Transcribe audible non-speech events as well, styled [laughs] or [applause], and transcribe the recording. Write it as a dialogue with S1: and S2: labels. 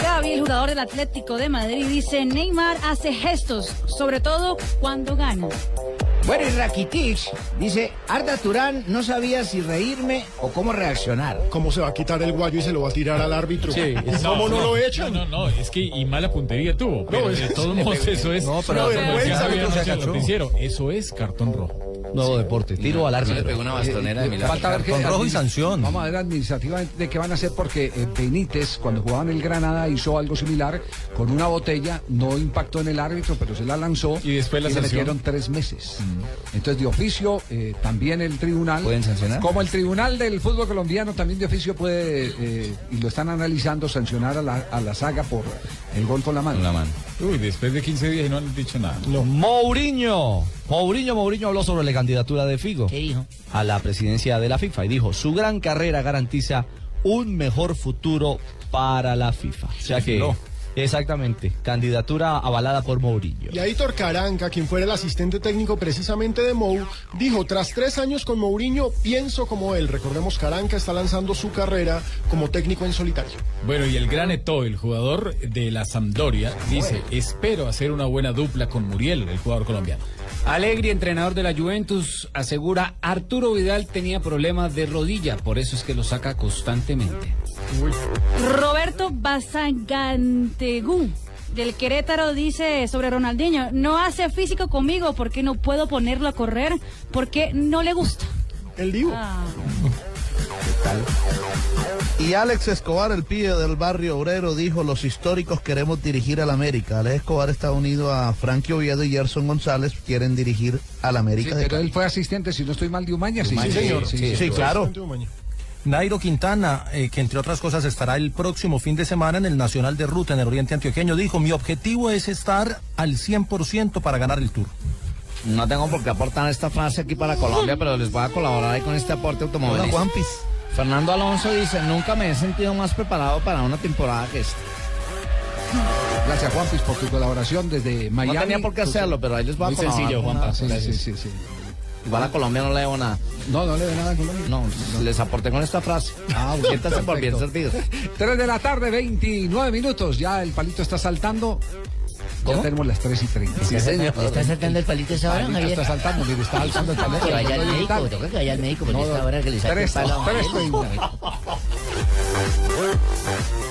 S1: Gaby, el jugador del Atlético de Madrid, dice Neymar hace gestos, sobre todo cuando gana.
S2: Bueno, y Rakitic dice, Arda Turán no sabía si reírme o cómo reaccionar.
S3: ¿Cómo se va a quitar el guayo y se lo va a tirar al árbitro? [laughs] ¿Cómo no, lo echan?
S4: No, no, es que y mala puntería tuvo. Pero
S3: es-
S4: de todos modos, eso es. No,
S3: pero- vergüenza que no se agachó.
S4: Eso es cartón rojo.
S5: Nuevo deporte, tiro al árbitro.
S6: Eh,
S5: Falta ver Con rojo y sanción.
S6: Vamos a ver administrativamente de qué van a hacer porque eh, Benítez cuando jugaba en el Granada hizo algo similar con una botella, no impactó en el árbitro, pero se la lanzó
S4: Y después la
S6: le
S4: sanción.
S6: metieron tres meses. Entonces de oficio eh, también el tribunal,
S2: ¿Pueden sancionar?
S6: como el tribunal del fútbol colombiano también de oficio puede eh, y lo están analizando sancionar a la, a la saga por el gol con la mano.
S4: Uy, después de 15 días y no han dicho nada.
S5: Mourinho. Mourinho, Mourinho habló sobre la candidatura de Figo a la presidencia de la FIFA y dijo, su gran carrera garantiza un mejor futuro para la FIFA. O sea que, exactamente, candidatura avalada por Mourinho.
S3: Y ahí Torcaranca, quien fuera el asistente técnico precisamente de Mou, dijo, tras tres años con Mourinho, pienso como él. Recordemos, Caranca está lanzando su carrera como técnico en solitario.
S4: Bueno, y el gran Eto, el jugador de la Sampdoria, dice, espero hacer una buena dupla con Muriel, el jugador colombiano.
S7: Alegri, entrenador de la Juventus, asegura Arturo Vidal tenía problemas de rodilla, por eso es que lo saca constantemente.
S1: Roberto Basagantegú del Querétaro dice sobre Ronaldinho, no hace físico conmigo porque no puedo ponerlo a correr porque no le gusta.
S3: El Divo.
S1: Ah.
S8: Y Alex Escobar, el pibe del barrio obrero, dijo, los históricos queremos dirigir al América. Alex Escobar está unido a Frankie Oviedo y Gerson González, quieren dirigir al América. de
S6: Pero él fue asistente, si no estoy mal, de Umaña. Sí,
S3: Sí, señor.
S8: sí, sí, claro.
S5: Nairo Quintana, eh, que entre otras cosas estará el próximo fin de semana en el Nacional de Ruta en el Oriente Antioqueño, dijo, mi objetivo es estar al 100% para ganar el Tour.
S2: No tengo por qué aportar esta frase aquí para Colombia, pero les voy a colaborar ahí con este aporte
S8: Hola,
S2: automovilístico.
S8: Juanpis.
S2: Fernando Alonso dice, nunca me he sentido más preparado para una temporada que esta.
S6: Gracias, Juanpis, por tu colaboración desde Miami.
S2: No tenía por qué
S6: Pues,
S2: hacerlo, pero ahí les voy a
S4: Muy
S2: colaborar.
S4: sencillo,
S2: con-
S4: Juanpa.
S6: Sí, sí,
S4: Gracias.
S6: sí, sí.
S2: Igual a Colombia no le debo nada.
S6: No, no le ve nada a Colombia.
S2: No, les aporté con esta frase.
S6: Ah, bueno,
S2: Siéntanse por bien
S6: perfecto.
S2: servidos.
S6: 3 de la tarde, 29 minutos. Ya el palito está saltando. Ya tenemos las 3 y 30.
S2: Sí, señor.
S7: ¿Está saltando el palito esa hora,
S6: palito está
S7: Javier?
S6: saltando, mire, está alzando el palito.
S7: Que vaya al
S6: Estoy
S7: médico,
S6: gritando.
S7: toca que vaya al médico, porque
S6: No,
S7: esta hora que le saca el
S6: tres,
S7: palo a
S6: tres
S7: Javier.
S6: treinta.